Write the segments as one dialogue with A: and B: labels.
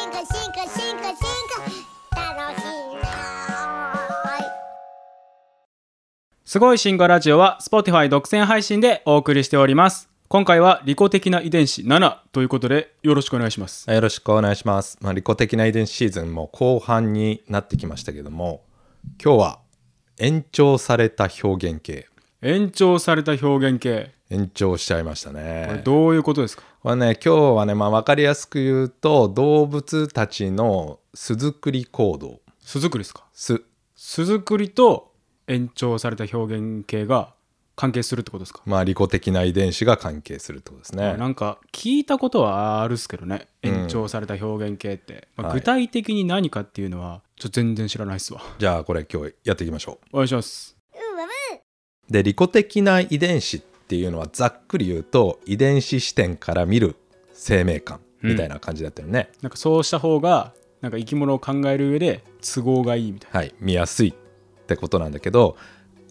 A: 化進化進化楽しいな
B: すごいシンガラジオは Spotify 独占配信でお送りしております。今回は利己的な遺伝子7ということでよろしくお願いします。
C: よろしくお願いします。まあ、利己的な遺伝子シーズンも後半になってきましたけども、今日は延長された表現形、
B: 延長された表現系、
C: 延長しちゃいました
B: これ
C: ね。
B: どういうことですか、
C: これね、今日はね、まあ、分かりやすく言うと、動物たちの巣作り行動、
B: 巣作りですか
C: 巣、
B: 巣作りと延長された表現系が関係するってことですか、
C: まあ、利己的な遺伝子が関係するってことですね。
B: なんか聞いたことはあるっすけどね延長された表現系って、まあ
C: は
B: 具
C: い
B: 体的に何かっていうのはちょっと全然知らないっすわ
C: じゃあ、これ今日やっていきましょ
B: お
C: う。
B: 願いします
A: うわう
C: で利己的な遺伝子っていうのはざっくり言うと遺伝子視点から見る生命感みたいな感じだったよね、
B: なんかそうした方がなんか生き物を考える上で都合がいいみたい
C: はい見やすいってことなんだけど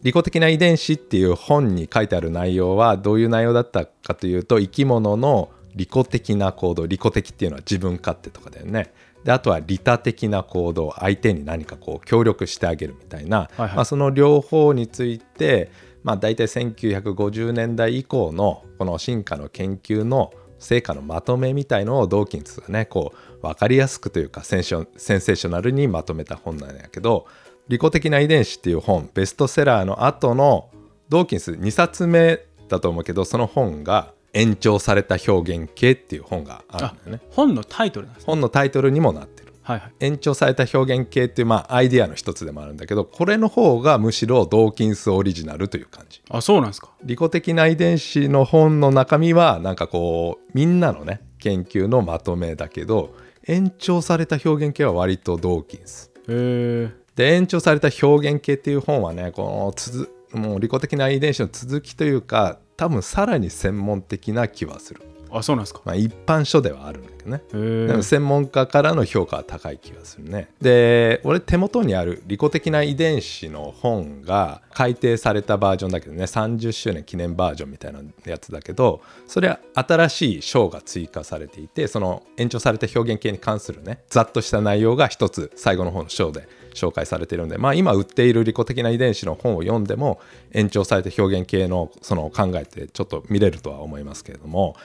C: 利己的な遺伝子っていう本に書いてある内容はどういう内容だったかというと生き物の利己的な行動利己的っていうのは自分勝手とかだよねであとは利他的な行動相手に何かこう協力してあげるみたいな、
B: はいはい
C: まあ、その両方について、まあ、大体1950年代以降のこの進化の研究の成果のまとめみたいのをドーキンスがねこう分かりやすくというかセンショセンセーショナルにまとめた本なんやけど「利己的な遺伝子」っていう本ベストセラーの後のドーキンス2冊目だと思うけどその本が「延長された表現系」っていう本があるんだよね
B: な。本のタイトルなんですね
C: 本のタイトルにもなってる。
B: はいはい
C: 延長された表現系っていう、まあ、アイデアの一つでもあるんだけどこれの方がむしろドーキンスオリジナルという感じ
B: あそうなんですか
C: 利己的な遺伝子の本の中身はなんかこうみんなのね研究のまとめだけど延長された表現系は割とドーキンス
B: へえ
C: で延長された表現系っていう本はねこのつづもう利己的な遺伝子の続きというか多分さらに専門的な気はする、
B: あそうなんですか
C: まあ、一般書ではあるんだけどね
B: へ
C: でも
B: え
C: 専門家からの評価は高い気がするね。で俺手元にある「利己的な遺伝子」の本が改訂されたバージョンだけどね30周年記念バージョンみたいなやつだけどそれは新しい章が追加されていてその延長された表現系に関するねざっとした内容が一つ最後の方の章で紹介されているのでまあ今売っている「利己的な遺伝子」の本を読んでも延長された表現系のその考えってちょっと見れるとは思いますけれども。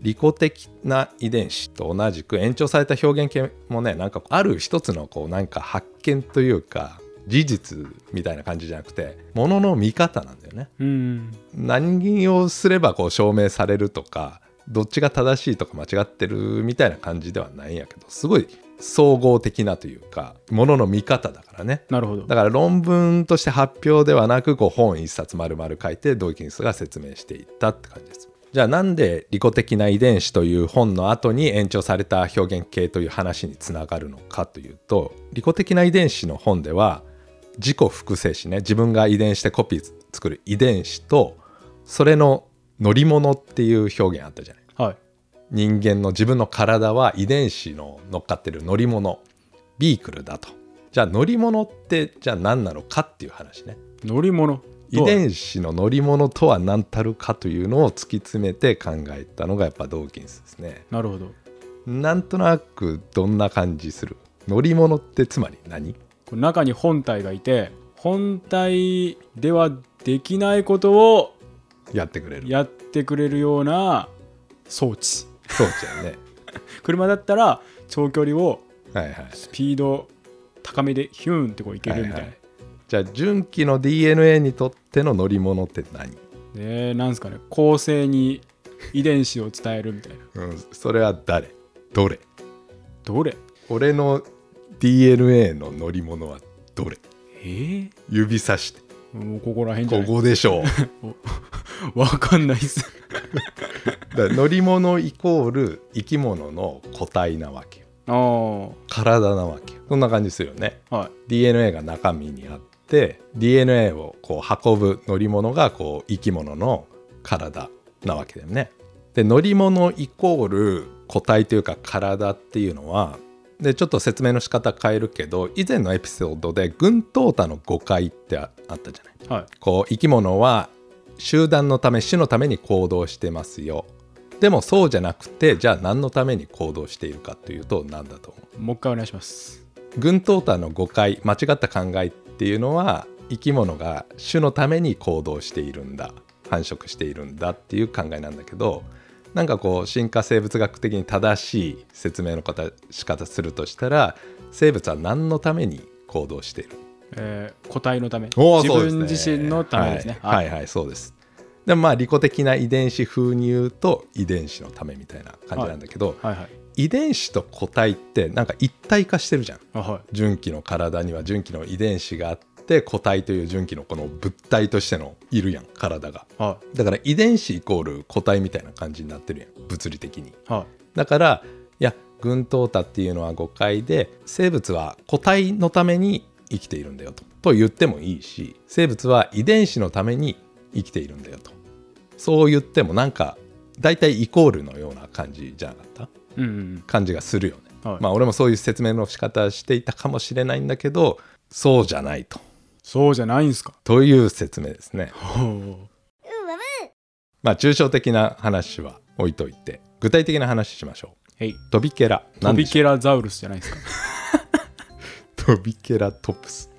C: 利己的な遺伝子と同じく延長された表現系もねなんかある一つのこうなんか発見というか事実みたいな感じじゃなくてものの見方なんだよね
B: うん
C: 何をすればこう証明されるとかどっちが正しいとか間違ってるみたいな感じではないんやけどすごい総合的なというかものの見方だからね
B: なるほど
C: だから論文として発表ではなくこう本一冊丸々書いてドーキンスが説明していったって感じです。じゃあなんで「利己的な遺伝子」という本の後に延長された表現系という話につながるのかというと利己的な遺伝子の本では自己複製子ね自分が遺伝してコピー作る遺伝子とそれの乗り物っていう表現あったじゃない。
B: はい
C: 人間の自分の体は遺伝子の乗っかってる乗り物ビークルだとじゃあ乗り物ってじゃあ何なのかっていう話ね
B: 乗り物
C: 遺
B: 子
C: 伝子の乗り物とは何たるかというのを突き詰めて考えたのがやっぱドーキンスですね
B: なるほど
C: なんとなくどんな感じする乗り物ってつまり何
B: こう中に本体がいて本体ではできないことを
C: やってくれる
B: やってくれるような装置
C: 装置やね
B: 車だったら長距離を
C: はいはい
B: スピード高めでヒューンってこういけるみたいな、
C: はいはいじゃあ純基の DNA にとっての乗り物って何
B: でなんですかね構成に遺伝子を伝えるみたいな
C: うんそれは誰どれ
B: どれ
C: 俺の DNA の乗り物はどれ
B: え
C: 指さして
B: ー、もうここら辺じゃ
C: こ
B: ない
C: こでし ょう
B: わかんないっ す
C: だから乗り物イコール生き物の個体なわけよ
B: ああは
C: 体なわけよそんな感じするよね
B: い
C: DNA が中身にあって DNA をこう運ぶ乗り物がこう生き物の体なわけだよねで乗り物イコール個体というか体っていうのはでちょっと説明の仕方変えるけど以前のエピソードで群島太の誤解ってああったじゃない
B: はい
C: こう生き物は集団のため種のために行動してますよでもそうじゃなくてじゃあ何のために行動しているかというと何だと思う
B: もう一回お願いします
C: 軍トータの誤解間違った考えっていうのは生き物が種のために行動しているんだ繁殖しているんだっていう考えなんだけどなんかこう進化生物学的に正しい説明の方仕方するとしたら生物は何のために行動している
B: えー個体のため
C: おー
B: 自
C: そうです
B: 分
C: ね
B: 自身のためですね
C: はい、はい
B: い
C: はいそうですでもまあ利己的な遺伝子風に言うと遺伝子のためみたいな感じなんだけど、
B: はいはい
C: 遺伝子と個体ってなんか一体化してるじゃん
B: あはい
C: 純気の体には純気の遺伝子があって個体という純気のこの物体としてのいるやん体が
B: は
C: だから遺伝子イコール個体みたいな感じになってるやん物理的に
B: いはい
C: だからいや群淘汰っていうのは誤解で生物は個体のために生きているんだよとと言ってもいいし生物は遺伝子のために生きているんだよとそう言ってもなんか大体イコールのような感じじゃなかった
B: うんうん
C: 感じがするよね、
B: はい
C: まあ俺もそういう説明の仕方していたかもしれないんだけどそうじゃないと
B: そうじゃないんすか
C: という説明ですね
B: ほう
A: うわむ
C: まあ抽象的な話は置いといて具体的な話しましょ
B: えいう
C: 飛びケラ
B: トビ
C: ラ
B: ケラザウルスじゃないですか
C: 飛びケラトプス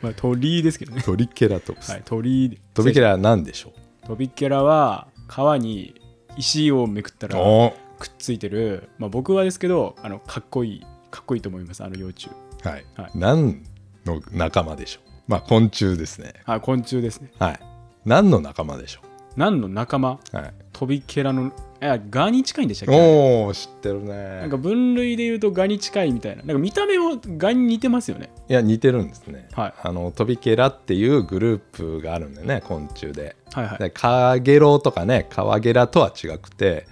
B: まあ鳥居ですけど ね
C: トリケラトプス、
B: はい鳥居で
C: 飛びケラは何でしょ
B: トビケラは川に石をめくった
C: う
B: ら
C: おー
B: くっついてる、まあ、僕はですけどあのかっこいいかっこいいと思いますあの幼虫
C: はい、
B: はい
C: 何の仲間でしょうまあ昆虫ですね
B: あ昆虫ですね
C: はい何の仲間でしょ
B: 何の仲間
C: う、はい、
B: トビケラのえガに近いんでしたっけ
C: おお知ってる
B: な
C: ね
B: んか分類で言うとガに近いみたいななんか見た目もガに似てますよね
C: いや似てるんですね、
B: はい
C: あのトビケラっていうグループがあるんだよね昆虫で
B: はいはい
C: でカゲロウとかねカワゲラとは違くて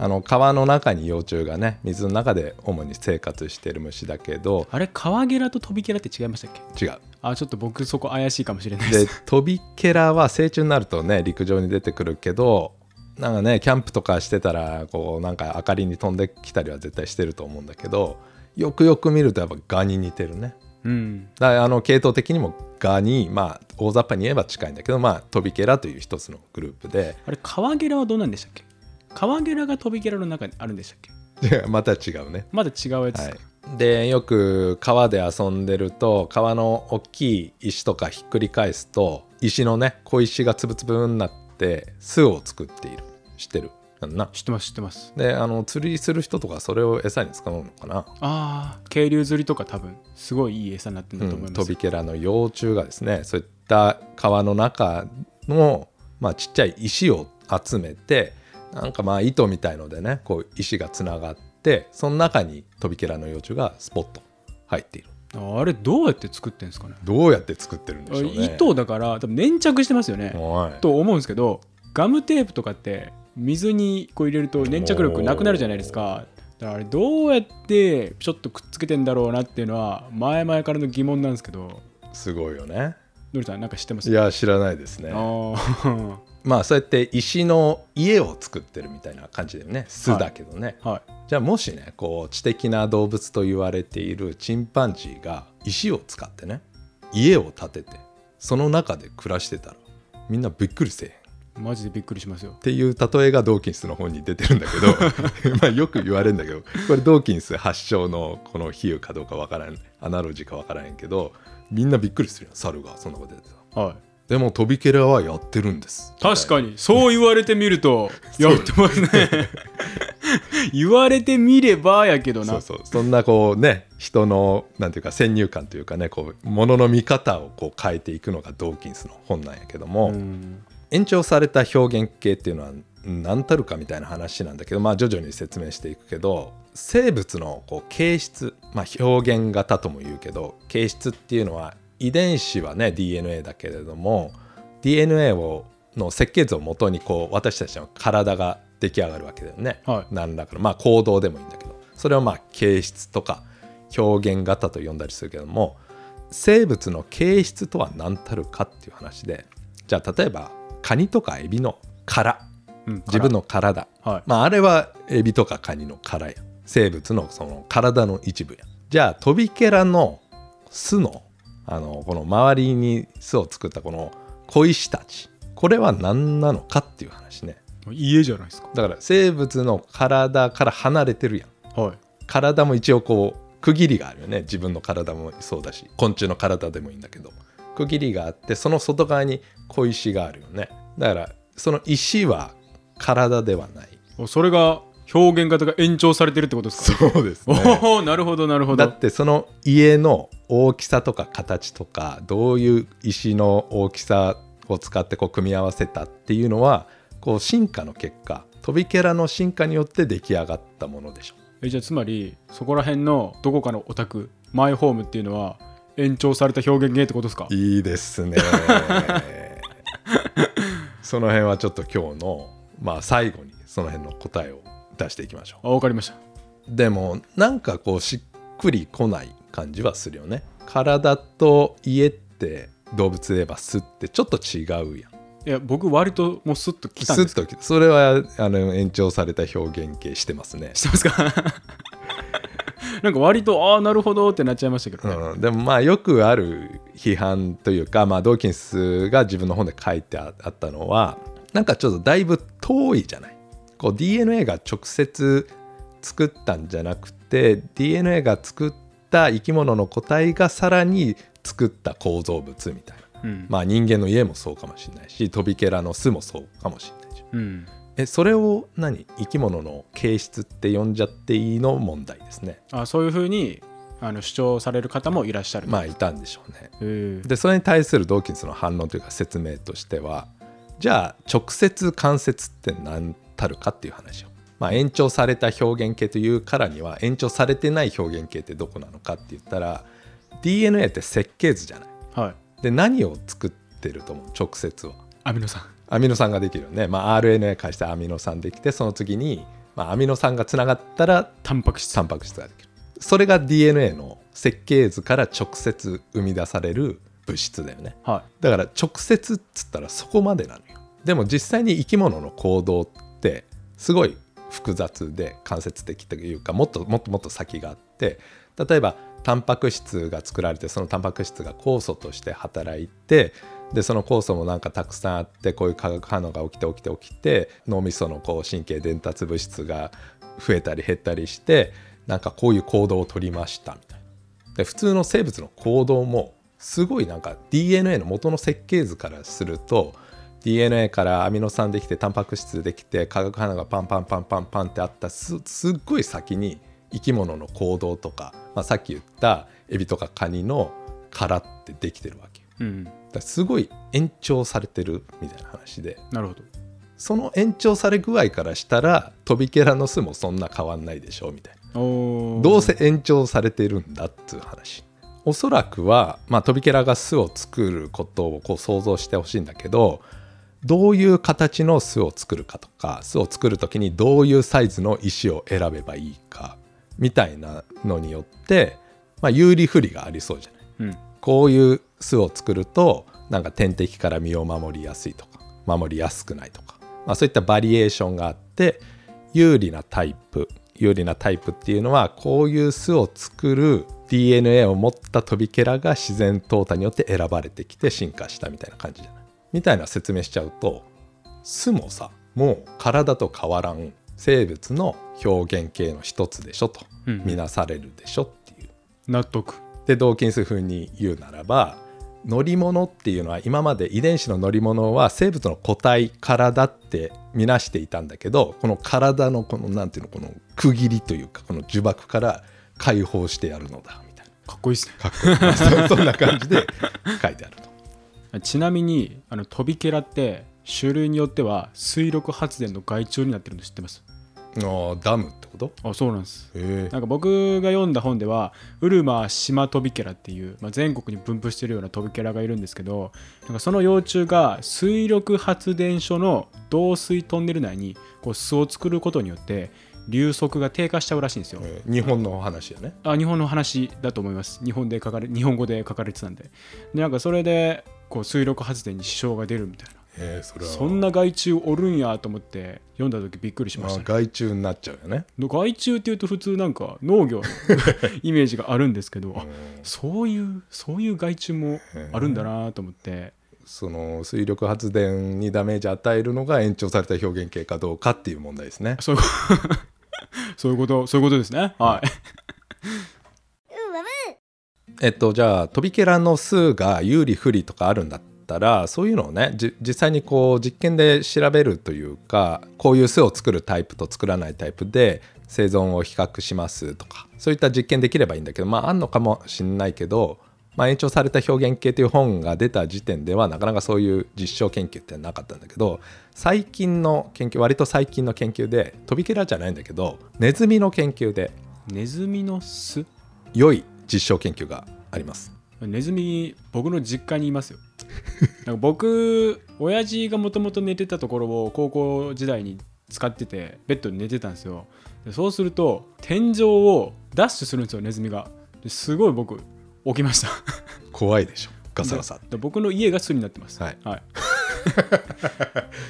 C: あの川の中に幼虫がね水の中で主に生活してる虫だけど
B: あれカワゲラとトビケラって違いましたっけ
C: 違う
B: あちょっと僕そこ怪しいかもしれないで
C: ですトビケラは成虫になるとね陸上に出てくるけどなんかねキャンプとかしてたらこうなんか明かりに飛んできたりは絶対してると思うんだけどよくよく見るとやっぱガに似てるね
B: うん
C: だからあの系統的にもガにまあ大雑把に言えば近いんだけどまあトビケラという一つのグループで
B: あれカワゲラはどうなんでしたっけカワゲラがトビケラの中にあるんでしたっけ
C: でまた違うね。
B: まだ違うやつですか、
C: はい、でよく川で遊んでると川の大きい石とかひっくり返すと石のね小石がつぶつぶになって巣を作っている知ってるなんな
B: 知ってます知ってます
C: であの釣りする人とかそれを餌に使うのかな
B: ああ渓流釣りとか多分すごいいい餌になってると思います、
C: 飛びケラの幼虫がですねそういった川の中の、まあ、ちっちゃい石を集めてなんかまあ糸みたいのでねこう石がつながってその中に飛びケラの幼虫がスポッと入っている
B: ああれどうやって作ってんですかね
C: どうやって作ってるんでしょうね
B: 糸だから多分粘着してますよね、
C: はい
B: と思うんですけどガムテープとかって水にこう入れると粘着力なくなるじゃないですかだからあれどうやってちょっとくっつけてんだろうなっていうのは前々からの疑問なんですけど
C: すごいよね
B: のりさんなんか知ってます
C: いや知らないですね
B: あー
C: まあそうやって石の家を作ってるみたいな感じだよね巣だけどね、
B: はい
C: じゃあもしねこう知的な動物と言われているチンパンジーが石を使ってね家を建ててその中で暮らしてたらみんなびっくりせえへんっ
B: マジでびっくりしますよ
C: ていう例えがドーキンスの本に出てるんだ けどまあよく言われるんだけどこれドーキンス発祥のこの比喩かどうかわからんアナロジーかわからんやけどみんなびっくりするよ猿がそんなことやってたら
B: は
C: でも飛びケラはやってるんです
B: い確かにそう言われてみる とやってますね 言われてみればやけど
C: そ
B: な
C: うそうそんなこうね人のなんていうか先入観というかねこうものの見方をこう変えていくのがドーキンスの本なんやけども、
B: うん
C: 延長された表現系っていうのは何たるかみたいな話なんだけどまあ徐々に説明していくけど生物のこう形質、まあ、表現型とも言うけど形質っていうのは遺伝子はね DNA だけれども DNA をの設計図をもとにこう私たちの体が出来上がるわけだよね。
B: はい
C: 何らかのまあ行動でもいいんだけどそれをまあ形質とか表現型と呼んだりするけども生物の形質とは何たるかっていう話でじゃあ例えばカニとかエビの殻
B: うん
C: 自分の体、
B: はい
C: まあ、あれはエビとかカニの殻や生物のその体の一部やじゃあトビケラの巣のあのこの周りに巣を作ったこの小石たちこれは何なのかっていう話ね
B: 家じゃないですか
C: だから生物の体から離れてるやん
B: はい
C: 体も一応こう区切りがあるよね自分の体もそうだし昆虫の体でもいいんだけど区切りがあってその外側に小石があるよねだからその石は体ではない
B: おそれが表現型が延長されてるってことですか
C: そうです
B: おおなるほどなるほ
C: だ
B: ど
C: ってその家の大きさとか形とかどういう石の大きさを使ってこう組み合わせたっていうのはこう進化の結果飛びキャラの進化によって出来上がったものでしょ
B: えじゃあつまりそこら辺のどこかのオタクマイホームっていうのは延長された表現芸ってことですか
C: いいで すねその辺はちょっと今日のまあ最後にその辺の答えを出していきましょう
B: あわかりました
C: でもなんかこうしっくりこない感じはするよね体と家って動物で言えば巣ってちょっと違うやん
B: いや僕割ともうスッと来たん
C: ス
B: です
C: ッときそれはあの延長された表現形してま すね、
B: してますかなんか割とああなるほどってなっちゃいましたけどね、
C: うん、でもまあよくある批判というか、まあ、ドーキンスが自分の本で書いてああったのはなんかちょっとだいぶ遠いじゃないこう DNA が直接作ったんじゃなくて DNA が作った生き物の個体がさらに作った構造物みたいな、
B: うん
C: まあ人間の家もそうかもしれないし飛びケラの巣もそうかもしれないし
B: うん
C: えそれを何生き物の形質って呼んじゃっていいの問題ですね
B: あそういうふうにあの主張される方もいらっしゃる、
C: まあいたんでしょうね
B: へー
C: でそれに対するドーキンスの反論というか説明としてはじゃあ直接関節って何たるかっていう話を、まあ、延長された表現形というからには延長されてない表現形ってどこなのかって言ったら DNA って設計図じゃない
B: はい
C: で何を作ってると思う直接は
B: アミノ酸
C: アミノ酸ができるよね、まあ、RNA 化してアミノ酸できてその次に、まあ、アミノ酸がつながったら
B: タンパク質
C: タンパク質ができるそれが DNA の設計図から直接生み出される物質だよね
B: は
C: だから直接っつったらそこまでなのよでも実際に生き物の行動ってすごい複雑で間接的というかもっともっともっと先があって例えばタンパク質が作られてそのタンパク質が酵素として働いてでその酵素もなんかたくさんあってこういう化学反応が起きて起きて起きて脳みそのこう神経伝達物質が増えたり減ったりしてなんかこういう行動をとりましたみたいな。で普通の生物の行動もすごいなんか DNA の元の設計図からすると DNA からアミノ酸できてタンパク質できて化学反応がパンパンパンパンパンってあったすすっごい先に生き物の行動とか、まあ、さっき言ったエビとかカニの殻ってできてるわけよ
B: いうん
C: だからすごい延長されてるみたいな話で
B: なるほど
C: その延長され具合からしたらトビケラの巣もそんな変わんないでしょみたいな。
B: おー
C: どうせ延長されてるんだっつう話おそらくは、まあ、トビケラが巣を作ることをこう想像してほしいんだけどどういう形の巣を作るかとか巣を作る時にどういうサイズの石を選べばいいかみたいなのによって、まあ、有利不利がありそうじゃない
B: うん
C: こういう巣を作るとなんか天敵から身を守りやすいとか守りやすくないとか、まあ、そういったバリエーションがあって有利なタイプ有利なタイプっていうのはこういう巣を作る DNA を持ったトビケラが自然淘汰によって選ばれてきて進化したみたいな感じじゃないみたいな説明しちゃうと巣もさもう体と変わらん生物の表現系の一つでしょと
B: うん
C: 見なされるでしょっていう
B: 納得
C: でドーキンス風に言うならば乗り物っていうのは今まで遺伝子の乗り物は生物の個体体って見なしていたんだけどこの体のこのなんていうのこの区切りというかこの呪縛から解放してやるのだみたい
B: かっこいいですね
C: な そそんな感じで書いてあると。
B: ちなみにあの飛びケラって種類によっては水力発電の害虫になってるの知ってます
C: あーダムってこと
B: あそうなんです
C: へ
B: なんか僕が読んだ本ではウルマシマトビケラっていう、まあ、全国に分布してるようなトビケラがいるんですけどなんかその幼虫が水力発電所の導水トンネル内にこう巣を作ることによって流速が低下しちゃうらしいんですよ。
C: え日本のお話やね。
B: あ日本の話だと思います日本で書かれ日本語で書かれてたんででなんかそれでこう水力発電に支障が出るみたいな
C: えそれ
B: そんな害虫おるんやと思って読んだ時びっくりしましたね、
C: 害虫になっちゃうよね。
B: 害虫っていうと普通なんか農業のイメージがあるんですけど、あそういうそういう害虫もあるんだなと思って、
C: その水力発電にダメージ与えるのが延長された表現形かどうかっていう問題ですね。
B: そういうことそういうことそういうことですねはい
A: うんわむ
C: えっとじゃあ飛びケラの数が有利不利とかあるんだったらそういうのをねじ実際にこう実験で調べるというかこういう巣を作るタイプと作らないタイプで生存を比較しますとかそういった実験できればいいんだけどまああんのかもしんないけど、まあ、延長された表現系という本が出た時点ではなかなかそういう実証研究ってなかったんだけど最近の研究割と最近の研究で飛びケラじゃないんだけどネズミの研究で
B: ネズミの巣
C: 良い実証研究があります。
B: ネズミ僕の実家にいますよ なんか僕親父がもともと寝てたところを高校時代に使っててベッドで寝てたんですよでそうすると天井をダッシュするんですよネズミがですごい僕起きました
C: 怖いでしょガサガサ
B: でで僕の家が巣になってます
C: はい
B: はい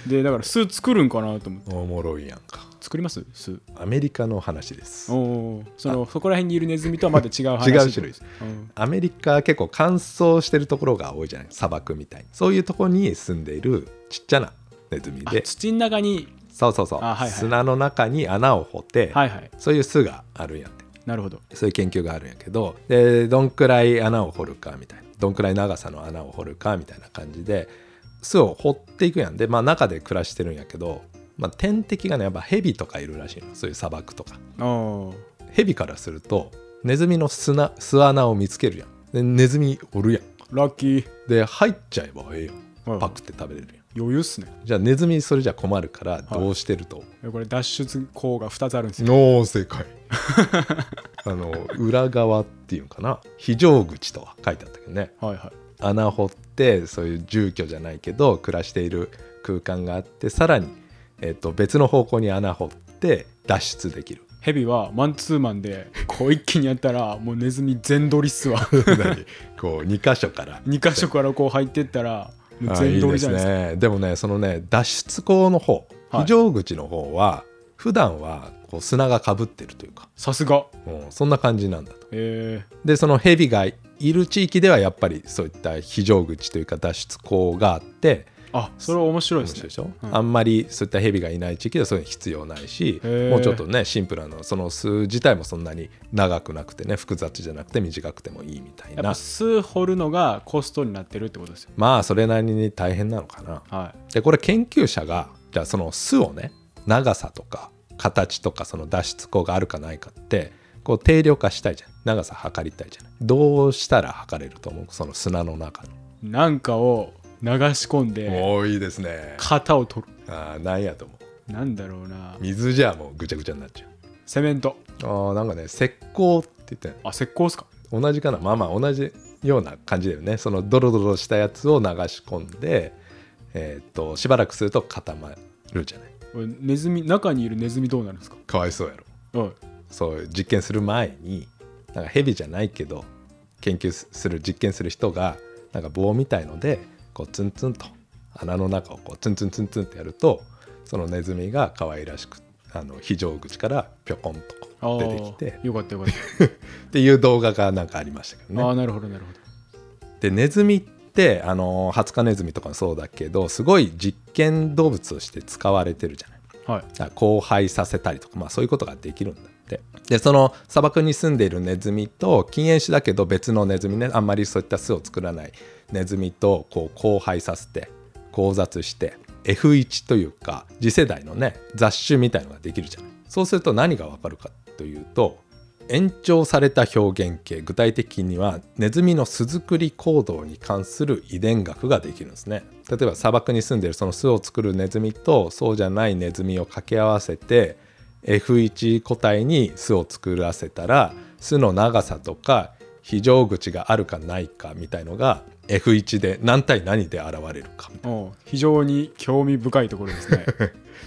B: でだから巣作るんかなと思って
C: おもろいやんか
B: 作ります巣
C: アメリカの話です
B: おおそのそこら辺にいるネズミとはまた違う話
C: 違う種類です
B: うん
C: アメリカ結構乾燥してるところが多いじゃない砂漠みたいにそういうところに住んでいるちっちゃなネズミ
B: あ
C: で
B: 土の中に
C: そうそうそう、
B: あはいはい
C: 砂の中に穴を掘って、
B: はいはい
C: そういう巣があるんやって
B: なるほど
C: そういう研究があるんやけどでどんくらい穴を掘るかみたいなどんくらい長さの穴を掘るかみたいな感じで巣を掘っていくやんで、まあ、中で暮らしてるんやけど、まあ、天敵がねやっぱヘビとかいるらしいのそういう砂漠とか
B: おー
C: ヘビからするとネズミの砂巣穴を見つけるやんでネズミおるやん
B: ラッキ
C: で入っちゃえばええや
B: はい
C: んパクって食べれるやん
B: ー余裕っすね
C: じゃあネズミそれじゃ困るからどうしてると、
B: えこれ脱出口が2つあるんですよ
C: ノー正解 あの裏側っていうのかな非常口とは書いてあったけどね
B: はいはい
C: 穴掘ってそういう住居じゃないけど暮らしている空間があってさらに、えっと別の方向に穴掘って脱出できる
B: ヘビはマンツーマンでこう一気にやったらもうネズミ全取りっす わ
C: 何こう2箇所から
B: 2箇所からこう入ってったらもう
C: あい
B: 全
C: い
B: 取り
C: で
B: じ
C: す
B: ゃないですか
C: ねでもねそのね脱出口の方
B: はい
C: 非常口の方は、普段はこう砂がかぶってるというか、
B: さすが
C: うんそんな感じなんだと
B: え
C: でそのヘビがいる地域ではやっぱりそういった非常口というか脱出口があって
B: ー、あそれは面白い
C: 面
B: で
C: 白い
B: す
C: で
B: ね
C: し
B: う
C: ょ、
B: ん
C: あんまりそういったヘビがいない地域ではそういうの必要ないし
B: へー
C: もうちょっとねシンプルなのその巣自体もそんなに長くなくてね複雑じゃなくて短くてもいいみたい
B: やっぱ
C: な
B: 巣掘るのがコストになってるってことですよ
C: まあそれなりに大変なのかな
B: はい
C: でこれ研究者がじゃあその巣をね長さとか形とかその脱出口があるかないかってこう定量化したいじゃん長さ測りたいじゃないどうしたら測れると思うその砂の中の
B: なんかを流し込んで
C: もういいですね
B: 型を取る
C: あーなんやと思う
B: なんだろうな
C: 水じゃもうぐちゃぐちゃになっちゃう
B: セメント
C: あーなんかね石膏って言って
B: あ石膏っすか
C: 同じかなまあまあ同じような感じだよねそのドロドロしたやつを流し込んでえーっとしばらくすると固まるじゃない
B: おいネズミ中にいるネズミどうなるんですか
C: かわいそうやろ
B: おい
C: そういう実験する前になんかヘビじゃないけど研究する実験する人がなんか棒みたいのでこうツンツンと穴の中をこうツンツンツンツンってやるとそのネズミが可愛らしくあの非常口からぴょこんと
B: あ
C: こう
B: ー
C: 出てきて
B: よかったよかった
C: っていう動画がなんかありましたけどね。
B: ああなるほどなるほど
C: でネズミってあのハツカネズミとかもそうだけどすごい実験動物として使われてるじゃない。
B: はい。
C: だから交配させたりとか、まあ、そういうことができるんだってでその砂漠に住んでいるネズミと禁煙種だけど別のネズミねあんまりそういった巣を作らないネズミとこう交配させて交雑して F1 というか次世代のね雑種みたいのができるじゃないそうすると何がわかるかというと延長された表現形具体的にはネズミの巣作り行動に関する遺伝学ができるんですね例えば砂漠に住んでいるその巣を作るネズミとそうじゃないネズミを掛け合わせて F1 個体に巣を作らせたら巣の長さとか非常口があるかないかみたいのが F1 で何対何で現れるか
B: おう非常に興味深いところです ね。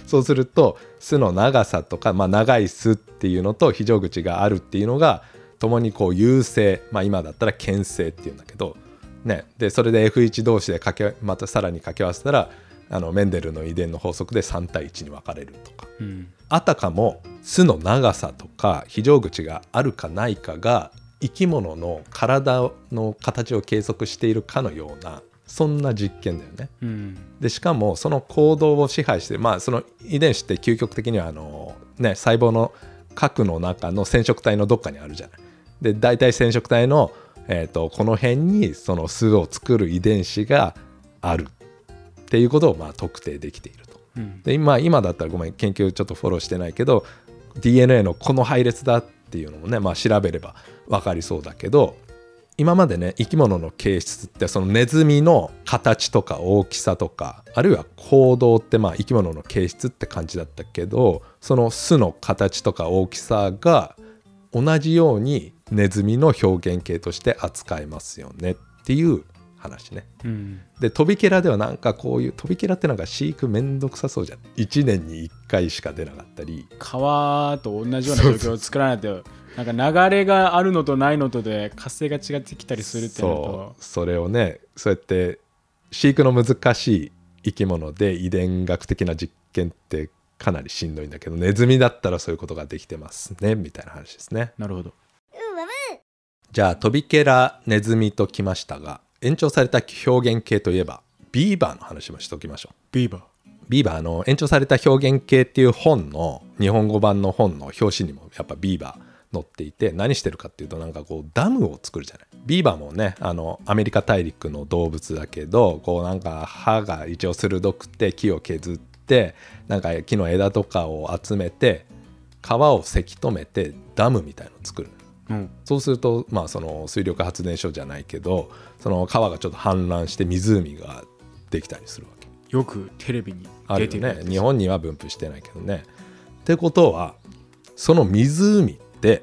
C: そうすると巣の長さとか、まあ、長い巣っていうのと非常口があるっていうのが共にこう優勢、まあ、今だったら牽制っていうんだけど、ね、でそれで F1 同士でかけまたさらに掛け合わせたらあのメンデルの遺伝の法則で3対1に分かれるとか
B: うん、
C: あたかも巣の長さとか非常口があるかないかが生き物の体の形を計測しているかのようなそんな実験だよね。
B: うん
C: でしかもその行動を支配してるまあその遺伝子って究極的にはあの、ね、細胞の核の中の染色体のどっかにあるじゃない。で大体染色体の、えー、とこの辺にその巣を作る遺伝子があるっていうことをまあ特定できている
B: うん
C: と。で今今だったらごめん研究ちょっとフォローしてないけど DNA のこの配列だっていうのもね、まあ、調べれば分かりそうだけど今までね生き物の形質ってそのネズミの形とか大きさとかあるいは行動ってまあ生き物の形質って感じだったけどその巣の形とか大きさが同じようにネズミの表現形として扱いますよねっていう話ね。
B: うん
C: で飛びケラではなんかこういう飛びケラってなんか飼育めんどくさそうじゃん1年に1回しか出なかったり
B: 川と同じような状況を作らないとなんか流れがあるのとないのとで活性が違ってきたりするってなる
C: そ
B: と
C: うそれをねそうやって飼育の難しい生き物で遺伝学的な実験ってかなりしんどいんだけどネズミだったらそういうことができてますねみたいな話ですね
B: なるほど
A: うわわ
C: じゃあ飛びケラネズミときましたが延長された表現形といえばビーバーの話もしておきましょう
B: ビーバー
C: ビーバーの延長された表現形っていう本の日本語版の本の表紙にもやっぱビーバー載っていて何してるかっていうとなんかこうダムを作るじゃないビーバーもねあのアメリカ大陸の動物だけどこうなんか歯が一応鋭くて木を削ってなんか木の枝とかを集めて川をせき止めてダムみたいのを作る
B: うん
C: そうすると、まあ、その水力発電所じゃないけどその川がちょっと氾濫して湖ができたりするわけ。
B: よくテレビに
C: あ
B: 出
C: る
B: て
C: よ
B: るや
C: ね
B: つ
C: 日本には分布してないけどね。ってことはその湖って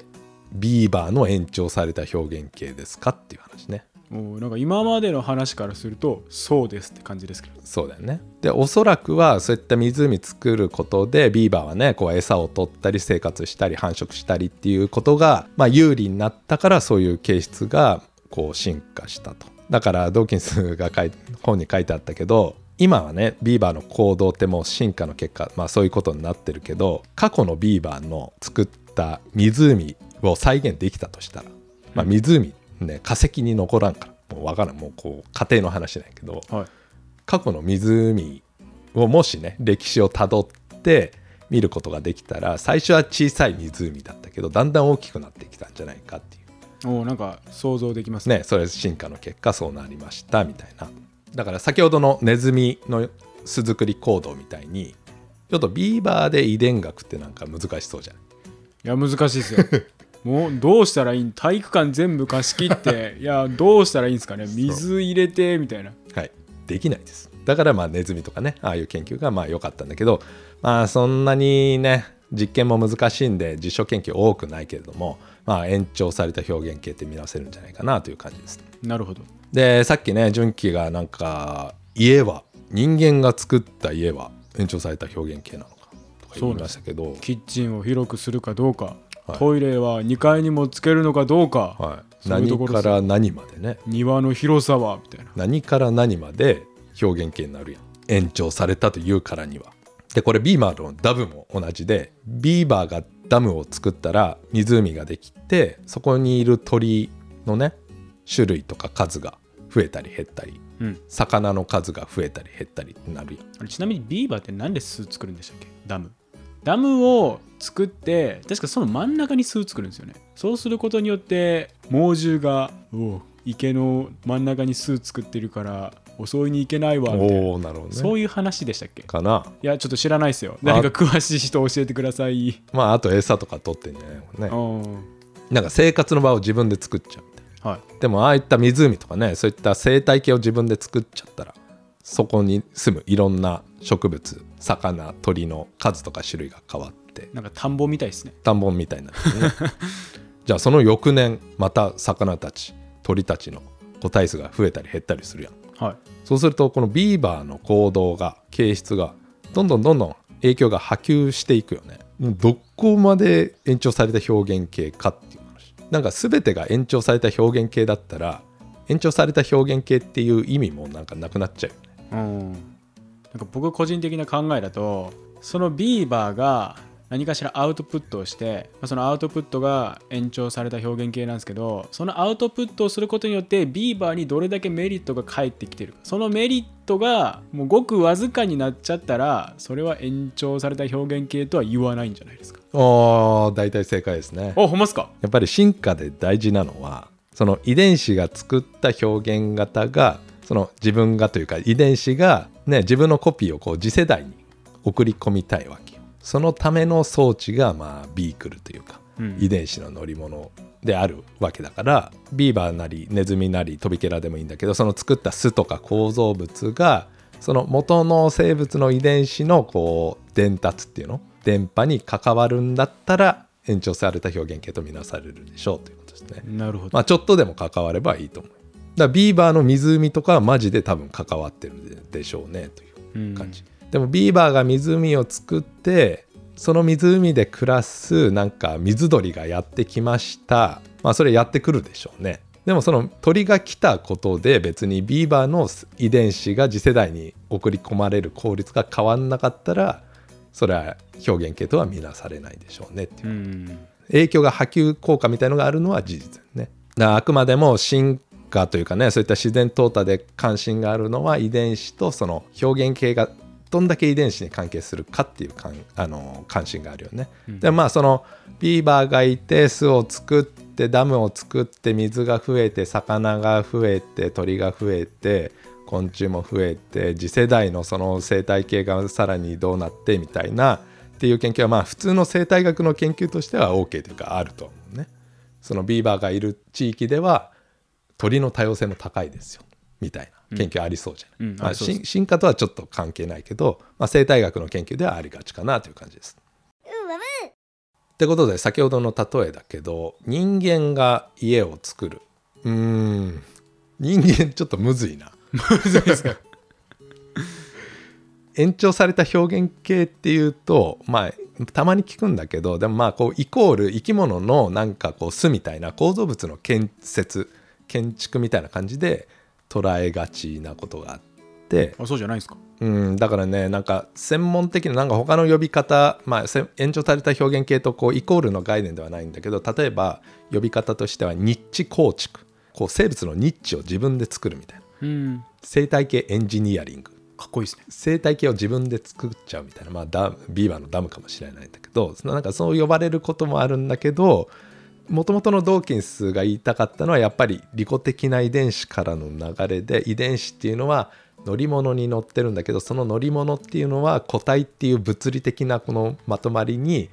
C: ビーバーの延長された表現形ですかっていう話ね。
B: おーなんか今までの話からするとそうですって感じですけど
C: そうだよねでおそらくはそういった湖作ることでビーバーはねこう餌を取ったり生活したり繁殖したりっていうことが、まあ、有利になったからそういう形質がこう進化したとだからドーキンスが書い本に書いてあったけど今はねビーバーの行動ってもう進化の結果、まあ、そういうことになってるけど過去のビーバーの作った湖を再現できたとしたら、まあ、湖ね化石に残らんからもう分からんもうこう家庭の話なんやけど、
B: はい
C: 過去の湖をもしね歴史をたどって見ることができたら最初は小さい湖だったけどだんだん大きくなってきたんじゃないかってい
B: おーなんか想像できます
C: うねそれ進化の結果そうなりましたみたいなだから先ほどのネズミの巣作り行動みたいにちょっとビーバーで遺伝学ってなんか難しそうじゃない
B: いや難しいですよ もうどうしたらいいん体育館全部貸し切っていやどうしたらいいんですかね水入れてみたいな
C: はい、できないですだからまあネズミとかねああいう研究がまあ良かったんだけどまあそんなにね実験も難しいんで実証研究多くないけれどもまあ延長された表現形って見直せるんじゃないかなという感じです
B: なるほど
C: でさっきね純喜がなんか家は人間が作った家は延長された表現形なのかとか言いましたけど
B: キッチンを広くするかどうか、
C: はい
B: トイレは2階にもつけるのかどうか、
C: はい、
B: そういうとこ
C: 何
B: ろ
C: か
B: です
C: ら何までね
B: 庭の広さはみたいな
C: 何から何まで表現形になるやん延長されたというからにはでこれビーバーのダムも同じでビーバーがダムを作ったら湖ができてそこにいる鳥のね種類とか数が増えたり減ったり
B: うん
C: 魚の数が増えたり減ったりってなるやん
B: あれちなみにビーバーって何で巣作るんでしたっけダムダムを作って確かその真ん中に巣作るんですよねそうすることによって猛獣がうお池の真ん中に巣作ってるから襲いに行けないわみたいな
C: おおーなるほどね
B: そういう話でしたっけい
C: かな
B: やちょっと知らないですよ誰か詳しい人教えてください
C: まああと餌とか取ってんじゃないもんね
B: うん
C: なんか生活の場を自分で作っちゃうみたいな
B: はい
C: でもああいった湖とかねそういった生態系を自分で作っちゃったらそこに住むいろんな植物魚鳥の数とか種類が変わって
B: なんか田んぼみたいですね
C: 田んぼみたいになってるね じゃあその翌年また魚たち鳥たちの個体数が増えたり減ったりするやん
B: はい
C: そうするとこのビーバーの行動が形質がどんどんどんどん影響が波及していくよねもうどこまで延長された表現形かっていう話なんか全てが延長された表現形だったら延長された表現形っていう意味もなんかなくなっちゃうよね
B: うん、なんか僕個人的な考えだとそのビーバーが何かしらアウトプットをしてまあそのアウトプットが延長された表現形なんですけどそのアウトプットをすることによってビーバーにどれだけメリットが返ってきてるかそのメリットがもうごくわずかになっちゃったらそれは延長された表現形とは言わないんじゃないですか
C: おー大体正解ですね
B: おほんまっすか
C: やっぱり進化で大事なのはその遺伝子が作った表現型がその自分がというか遺伝子が、ね、自分のコピーをこう次世代に送り込みたいわけよそのための装置がまあビークルというか、
B: うん
C: 遺伝子の乗り物であるわけだからビーバーなりネズミなりトビケラでもいいんだけどその作った巣とか構造物がその元の生物の遺伝子のこう伝達っていうの電波に関わるんだったら延長された表現系とみなされるでしょうということですね。
B: なるほど、
C: まあ、ちょっとでも関わればいいと思う。だからビーバーの湖とかはマジで多分関わってるでしょうねという感じ。でもビーバーが湖を作ってその湖で暮らすなんか水鳥がやってきました。まあそれやってくるでしょうね。でもその鳥が来たことで別にビーバーの遺伝子が次世代に送り込まれる効率が変わんなかったらそれは表現系とは見なされないでしょうねっていう
B: うん
C: 影響が波及効果みたいのがあるのは事実だよね。だからあくまでも進化というかねそういった自然淘汰で関心があるのは遺伝子とその表現系がどんだけ遺伝子に関係するかっていうかんあの関心があるよね。でまあそのビーバーがいて巣を作ってダムを作って水が増えて魚が増えて鳥が増えて昆虫も増えて次世代のその生態系がさらにどうなってみたいなっていう研究はまあ普通の生態学の研究としては OK というかあると思うね。そのビーバーがいる地域では鳥の多様性も高いですよみたいな研究ありそうじゃない、
B: うん
C: ま
B: あ
C: あ、
B: りそうです
C: 進進化とはちょっと関係ないけど、まあ、生態学の研究ではありがちかなという感じです。
A: うわう
C: ってことで先ほどの例えだけど人間が家を作るうーん人間ちょっとむずいな
B: ですか
C: 延長された表現形っていうとまあたまに聞くんだけどでもまあこうイコール生き物のなんかこう巣みたいな構造物の建設建築みたいな感じで捉えがちなことがあって
B: あそうじゃないですか
C: うん、だからねなんか専門的ななんか他の呼び方、まあ、せ延長された表現系とこうイコールの概念ではないんだけど例えば呼び方としてはニッチ構築こう生物のニッチを自分で作るみたいな
B: うん
C: 生態系エンジニアリング
B: かっこいいですね
C: 生態系を自分で作っちゃうみたいな、まあ、ダムビーバーのダムかもしれないんだけどそのなんかそう呼ばれることもあるんだけどもともとのドーキンスが言いたかったのはやっぱり利己的な遺伝子からの流れで遺伝子っていうのは乗り物に乗ってるんだけどその乗り物っていうのは個体っていう物理的なこのまとまりに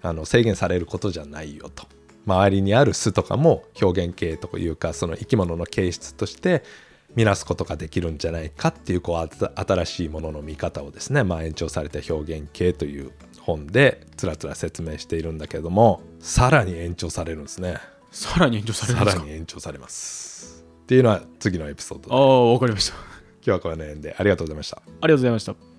C: あの制限されることじゃないよと周りにある巣とかも表現形というかその生き物の形質として見なすことができるんじゃないかっていうこうあた新しいものの見方をですね、まあ、延長された表現形という本でつらつら説明しているんだけどもさらに延長されるんですね
B: さらに延長される
C: さ
B: んで
C: ら
B: すか
C: に延長されますっていうのは次のエピソードで
B: ああわかりました
C: 今日はこの辺でありがとうございました
B: ありがとうございました